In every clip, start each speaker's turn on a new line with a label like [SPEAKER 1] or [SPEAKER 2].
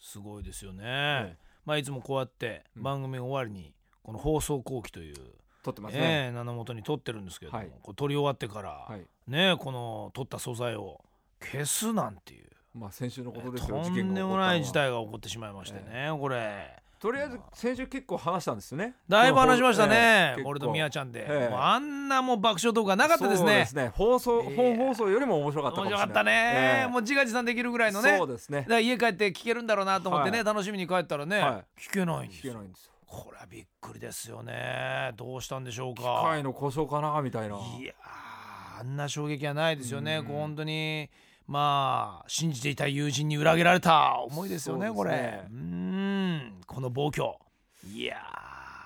[SPEAKER 1] すごいですよね、まあ、いつもこうやって
[SPEAKER 2] うん
[SPEAKER 1] 番組終わりにこの放送後期という、
[SPEAKER 2] 撮ってますね。
[SPEAKER 1] ええ名のもとに撮ってるんですけれども、
[SPEAKER 2] はい
[SPEAKER 1] こう撮り終わってから、
[SPEAKER 2] はい。
[SPEAKER 1] ねこの撮った素材を消すなんていう
[SPEAKER 2] まあ先週のことですよ。
[SPEAKER 1] と
[SPEAKER 2] 事
[SPEAKER 1] ん
[SPEAKER 2] 件が
[SPEAKER 1] でも
[SPEAKER 2] 起こったのは
[SPEAKER 1] ない事態が起こってしまいましてね、これ
[SPEAKER 2] とりあえず先週結構話したんですよね。
[SPEAKER 1] だいぶ話しました
[SPEAKER 2] え
[SPEAKER 1] ね、
[SPEAKER 2] え
[SPEAKER 1] 俺とみや
[SPEAKER 2] 結
[SPEAKER 1] ちゃんで、
[SPEAKER 2] ええ
[SPEAKER 1] もうあんなもう爆笑トークがなかったです
[SPEAKER 2] そう
[SPEAKER 1] ね
[SPEAKER 2] ですね。放送
[SPEAKER 1] いや
[SPEAKER 2] 本放送よりも面白かったか
[SPEAKER 1] 面
[SPEAKER 2] もしれ
[SPEAKER 1] 白
[SPEAKER 2] な
[SPEAKER 1] か
[SPEAKER 2] い。
[SPEAKER 1] ったね、
[SPEAKER 2] ええ
[SPEAKER 1] もう自画自賛できるぐらいのね
[SPEAKER 2] そうですね
[SPEAKER 1] だ。から家帰って聞けるんだろうなと思ってね、
[SPEAKER 2] はい
[SPEAKER 1] 楽しみに帰ったらね、
[SPEAKER 2] は
[SPEAKER 1] 聞けないんです
[SPEAKER 2] 聞け
[SPEAKER 1] よ
[SPEAKER 2] ないんですよ。
[SPEAKER 1] これはびっくりですよねどうしたんでしょうか
[SPEAKER 2] 機械の故障かなみたいな。
[SPEAKER 1] いやーあんな衝撃はないですよね
[SPEAKER 2] うん
[SPEAKER 1] こう本当にまあ信じていた友人に裏切られた思いですよね
[SPEAKER 2] そう
[SPEAKER 1] こ
[SPEAKER 2] です
[SPEAKER 1] れ
[SPEAKER 2] ね
[SPEAKER 1] うーんこの暴挙いやー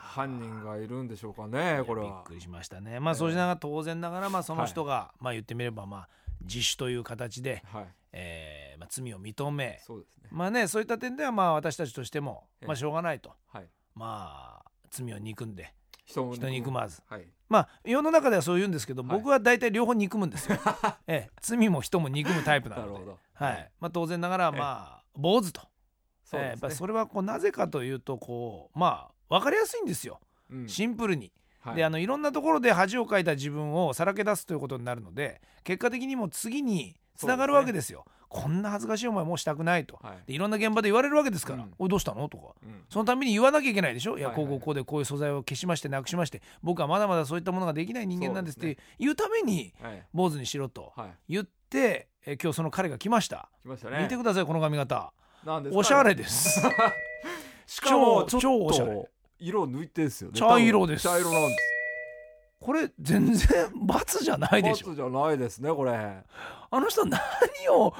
[SPEAKER 2] 犯人がいるんでしょうかねこれ
[SPEAKER 1] びっ
[SPEAKER 2] は。
[SPEAKER 1] くりしましたねまあ
[SPEAKER 2] ええ
[SPEAKER 1] そうしながら当然ながらまあその人が、まあ言ってみればまあ自首という形で、
[SPEAKER 2] はい。
[SPEAKER 1] えーまあ、罪を認め
[SPEAKER 2] そうですね。
[SPEAKER 1] まあねそういった点ではまあ私たちとしても
[SPEAKER 2] ええ
[SPEAKER 1] まあしょうがないと
[SPEAKER 2] はい。
[SPEAKER 1] まあ罪を憎んで
[SPEAKER 2] 人を
[SPEAKER 1] 人に憎まず
[SPEAKER 2] はい。
[SPEAKER 1] まあ世の中ではそう言うんですけど、
[SPEAKER 2] はい
[SPEAKER 1] 僕は大体両方憎むん ですよ、ええ、罪も人も憎むタイプな
[SPEAKER 2] なる
[SPEAKER 1] ので
[SPEAKER 2] ほど。
[SPEAKER 1] はい。まあ、当然ながら
[SPEAKER 2] ええ
[SPEAKER 1] まあ坊主と、
[SPEAKER 2] そう
[SPEAKER 1] ええ
[SPEAKER 2] で
[SPEAKER 1] やっ
[SPEAKER 2] す
[SPEAKER 1] ぱ
[SPEAKER 2] ね。
[SPEAKER 1] それはこうなぜかというとこうまあ分かりやすいんですよ
[SPEAKER 2] うん
[SPEAKER 1] シンプルに、
[SPEAKER 2] はい
[SPEAKER 1] であのいろんなところで恥をかいた自分をさらけ出すということになるので結果的にもう次につながるわけですよこんな恥ずかしい思いもうしたくないと、
[SPEAKER 2] はい
[SPEAKER 1] でいろんな現場で言われるわけですから「
[SPEAKER 2] うん
[SPEAKER 1] おいどうしたの?」とか
[SPEAKER 2] うん
[SPEAKER 1] そのために言わなきゃいけないでしょ、いや
[SPEAKER 2] はいは
[SPEAKER 1] こ
[SPEAKER 2] い
[SPEAKER 1] こ
[SPEAKER 2] う
[SPEAKER 1] うこうでこういう素材を消しましてなくしまして僕はまだまだそういったものができない人間なんですっ
[SPEAKER 2] そう
[SPEAKER 1] て言うために
[SPEAKER 2] はい。
[SPEAKER 1] 坊主にしろと
[SPEAKER 2] はい。
[SPEAKER 1] 言って、えー今日その彼が来ました、
[SPEAKER 2] 来ましたね。
[SPEAKER 1] 見てくださいこの髪型
[SPEAKER 2] なんですかね
[SPEAKER 1] おしゃれです
[SPEAKER 2] しかも
[SPEAKER 1] 超
[SPEAKER 2] ち
[SPEAKER 1] 超
[SPEAKER 2] ょ
[SPEAKER 1] お
[SPEAKER 2] っ
[SPEAKER 1] しゃ
[SPEAKER 2] と
[SPEAKER 1] れ
[SPEAKER 2] 色抜いてですよね
[SPEAKER 1] 茶色です
[SPEAKER 2] 多分茶色なんです
[SPEAKER 1] これ全然罰じゃないでしょ
[SPEAKER 2] パーツじゃないですねこれ
[SPEAKER 1] あの人何を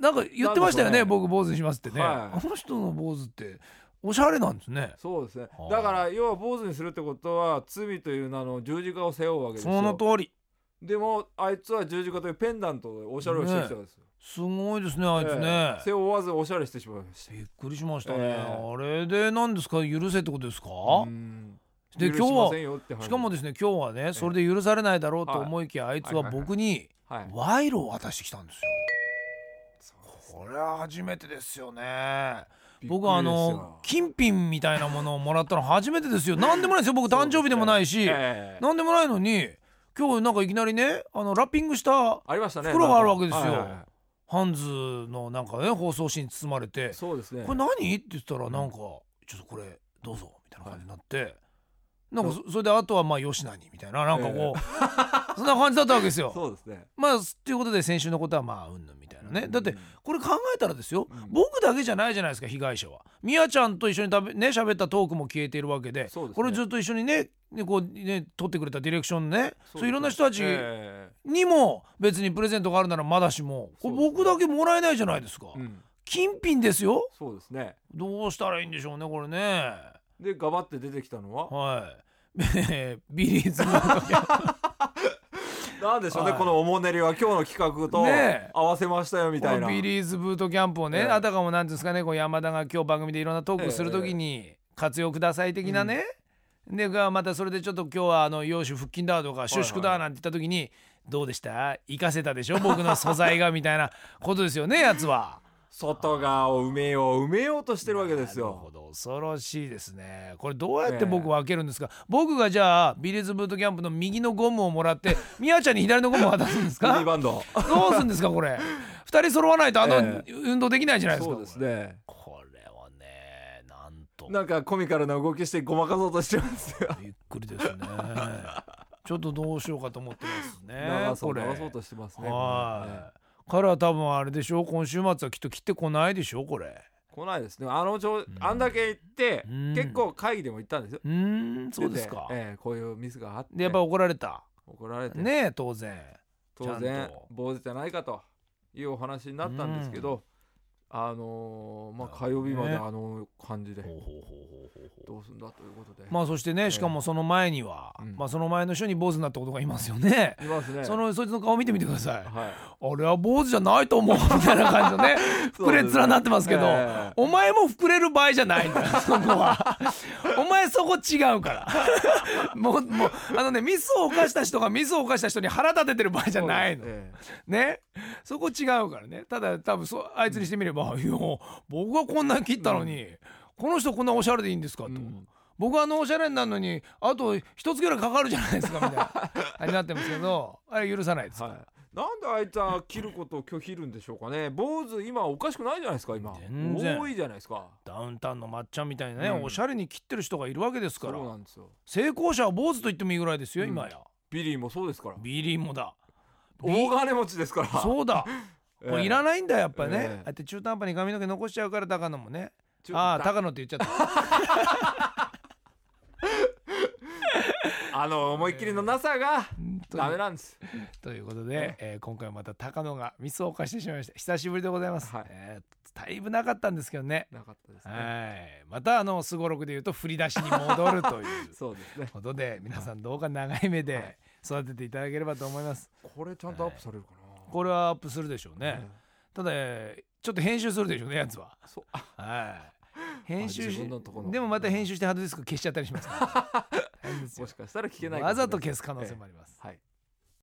[SPEAKER 1] なんか言ってましたよね
[SPEAKER 2] なんでしょう
[SPEAKER 1] 僕坊主にしますってね、
[SPEAKER 2] はい
[SPEAKER 1] あの人の坊主っておしゃれなんですね
[SPEAKER 2] そうですね
[SPEAKER 1] はあ
[SPEAKER 2] だから要は坊主にするってことは罪という名の十字架を背負うわけです
[SPEAKER 1] その
[SPEAKER 2] よ
[SPEAKER 1] 通り
[SPEAKER 2] でもあいつは十字架というペンダントをおしゃれをしてきたんですよ、
[SPEAKER 1] すごいですねあいつね
[SPEAKER 2] ええ、背負わずおしゃれしてしまいました
[SPEAKER 1] びっくりしましたね、
[SPEAKER 2] ええ
[SPEAKER 1] あれで何ですか許せってことですか、
[SPEAKER 2] うん
[SPEAKER 1] で今
[SPEAKER 2] 許
[SPEAKER 1] 日
[SPEAKER 2] し
[SPEAKER 1] は
[SPEAKER 2] ませんよって話
[SPEAKER 1] しかもですね今日はねそれで許されないだろうと思いきや、あいつは僕に
[SPEAKER 2] はい
[SPEAKER 1] 賄賂を渡してきたんですよ、
[SPEAKER 2] そうです
[SPEAKER 1] これは初めてですよね
[SPEAKER 2] びっくりですよ
[SPEAKER 1] 僕はあの金品みたいなものをもらったの初めてですよ何でもないですよ僕誕生日でもないし、
[SPEAKER 2] ええ
[SPEAKER 1] 何でもないのに今日なんかいきなりねあのラッピングした
[SPEAKER 2] ありましたね
[SPEAKER 1] 袋があるわけですよ
[SPEAKER 2] はいはいは
[SPEAKER 1] ハンズのなんかね放送紙に包まれて
[SPEAKER 2] いそうですね
[SPEAKER 1] これ何って言ったらなんか「ちょっとこれどうぞ」みたいな感じになって、なんかそそれであとはまあ吉成みたいななんかこう、 そんな感じだったわけですよ。
[SPEAKER 2] そうですね
[SPEAKER 1] まあということで先週のことはまあうんぬんみたいなね、だってこれ考えたらですよ、
[SPEAKER 2] うん
[SPEAKER 1] 僕だけじゃないじゃないですか被害者は。みやちゃんと一緒に食べね喋ったトークも消えているわけで
[SPEAKER 2] そうですね
[SPEAKER 1] これずっと一緒にねねこうね撮ってくれたディレクションねそういろんな人たち
[SPEAKER 2] え
[SPEAKER 1] にも別にプレゼントがあるならまだしもこれ
[SPEAKER 2] そうです
[SPEAKER 1] 僕
[SPEAKER 2] ね
[SPEAKER 1] だけもらえないじゃないですか、
[SPEAKER 2] えうん
[SPEAKER 1] 金品ですよ
[SPEAKER 2] そうですね
[SPEAKER 1] どうしたらいいんでしょうねこれね
[SPEAKER 2] でガバって出てきたのは
[SPEAKER 1] はいえービリーズのおか
[SPEAKER 2] なんでしょうね、
[SPEAKER 1] はい
[SPEAKER 2] このおもねりは今日の企画
[SPEAKER 1] ねえ
[SPEAKER 2] と合わせましたよ
[SPEAKER 1] げ
[SPEAKER 2] みた
[SPEAKER 1] こ
[SPEAKER 2] いな、
[SPEAKER 1] のビリーズブートキャンプをね、
[SPEAKER 2] ええ
[SPEAKER 1] あたかもなんていうんですかねこう山田が今日番組でいろんなトークするときに活用ください的なね、でがまたそれでちょっと今日はあの容姿腹筋だとか収縮だなんて言った時に、どうでした活かせたでしょ僕の素材がみたいなことですよねやつは。
[SPEAKER 2] 外側を埋めよう埋めようとしてるわけです
[SPEAKER 1] なるほ
[SPEAKER 2] よ
[SPEAKER 1] ど恐ろしいですねこれどうやって僕分けるんですか、僕がじゃあビリーズブートキャンプの右のゴムをもら ってみやちゃんに左のゴムを渡すんです
[SPEAKER 2] ミ
[SPEAKER 1] か
[SPEAKER 2] ニバン ド
[SPEAKER 1] どうすんですかこれ二人揃わないとあの、
[SPEAKER 2] ええ
[SPEAKER 1] 運動できないじゃないですか
[SPEAKER 2] そうですね
[SPEAKER 1] これこれはねなんと
[SPEAKER 2] なんかコミカルな動きしてごまかそうとしてますよ
[SPEAKER 1] びっくりですねちょっとどうしようかと思ってますね
[SPEAKER 2] 流そ
[SPEAKER 1] こ
[SPEAKER 2] う
[SPEAKER 1] れ
[SPEAKER 2] 流そうとしてますね
[SPEAKER 1] はい彼は多分あれでしょ今週末はきっと切ってこないでしょこれ
[SPEAKER 2] これね来ないですねあのちょあんだけ行って、
[SPEAKER 1] うん
[SPEAKER 2] 結構会議でも行ったんですよ
[SPEAKER 1] うーんそうですか
[SPEAKER 2] 出てええこういうミスがあって
[SPEAKER 1] でやっぱ怒られた
[SPEAKER 2] 怒られて、
[SPEAKER 1] ねえ当然
[SPEAKER 2] 当
[SPEAKER 1] ちゃん
[SPEAKER 2] 然
[SPEAKER 1] と
[SPEAKER 2] 坊主じゃないかというお話になったんですけど、あのーまあ火曜日まで
[SPEAKER 1] ね
[SPEAKER 2] あの感じで
[SPEAKER 1] ほうほうほうほうほうほう
[SPEAKER 2] どうすんだということで、
[SPEAKER 1] まあそして
[SPEAKER 2] え
[SPEAKER 1] ね
[SPEAKER 2] え
[SPEAKER 1] しかもその前には、
[SPEAKER 2] うん
[SPEAKER 1] まあその前の人に坊主になったことがいますよね、
[SPEAKER 2] いますね
[SPEAKER 1] そのそいつの顔見てみてください
[SPEAKER 2] はい
[SPEAKER 1] あれは坊主じゃないと思うみたいな感じのね
[SPEAKER 2] そう
[SPEAKER 1] プレッ
[SPEAKER 2] ですね
[SPEAKER 1] ツラになってますけど、
[SPEAKER 2] えはい
[SPEAKER 1] お前も膨れる場合じゃないんだよそこはお前そこ違うから もうもうあのねミスを犯した人がミスを犯した人に腹立ててる場合じゃないの
[SPEAKER 2] え
[SPEAKER 1] ねそこ違うからねただ多分そうあいつにしてみれば「いや僕はこんな切ったのに、この人こんなおしゃれでいいんですか?」と。
[SPEAKER 2] え
[SPEAKER 1] 僕はあのおしゃれになるのにあと一月ぐらいかかるじゃないですかみたいな あれになってますけどあれ許さないです、
[SPEAKER 2] はい、なんであいつは切ることを拒否るんでしょうかね坊主今おかしくないじゃないですか今
[SPEAKER 1] 全然
[SPEAKER 2] 多いじゃないですか
[SPEAKER 1] ダウンタウンのまっちゃんみたいなね、
[SPEAKER 2] うん
[SPEAKER 1] おしゃれに切ってる人がいるわけです
[SPEAKER 2] そ
[SPEAKER 1] か
[SPEAKER 2] う
[SPEAKER 1] ら
[SPEAKER 2] なんですよ
[SPEAKER 1] 成功者は坊主と言ってもいいぐらいですよ、
[SPEAKER 2] うん
[SPEAKER 1] 今や
[SPEAKER 2] ビリーもそうですから
[SPEAKER 1] ビリーもだ
[SPEAKER 2] 大金持ちですから
[SPEAKER 1] そうだ、
[SPEAKER 2] ええ
[SPEAKER 1] これいらないんだよやっぱね、
[SPEAKER 2] ええ
[SPEAKER 1] ああやって中途半端に髪の毛残しちゃうから高野もね
[SPEAKER 2] ちょ
[SPEAKER 1] ああ
[SPEAKER 2] だ
[SPEAKER 1] 高野って言っ ちゃった
[SPEAKER 2] あの思いっきりのなさが
[SPEAKER 1] 本当に
[SPEAKER 2] ダメなんです
[SPEAKER 1] ということで、えー今回また高野がミスを犯してしまいました久しぶりでございます、
[SPEAKER 2] はい
[SPEAKER 1] えーだいぶなかったんですけどね
[SPEAKER 2] なかったですね
[SPEAKER 1] はいまたあのすごろくで言うと振り出しに戻るという
[SPEAKER 2] そうですね
[SPEAKER 1] ことで皆さんどうか長い 目
[SPEAKER 2] はい
[SPEAKER 1] で育てていただければと思います
[SPEAKER 2] これちゃんとアップされるかな
[SPEAKER 1] これはアップするでしょうね、
[SPEAKER 2] え
[SPEAKER 1] ただえーちょっと編集するでしょうねやつは
[SPEAKER 2] えそうあ
[SPEAKER 1] はい編集
[SPEAKER 2] 自
[SPEAKER 1] し
[SPEAKER 2] 分のところ
[SPEAKER 1] でもまた 編集してハードディスク消しちゃったりしますから大変ですよ
[SPEAKER 2] もしかしたら聞けないかもしれない
[SPEAKER 1] わざと消す可能性もあります
[SPEAKER 2] はい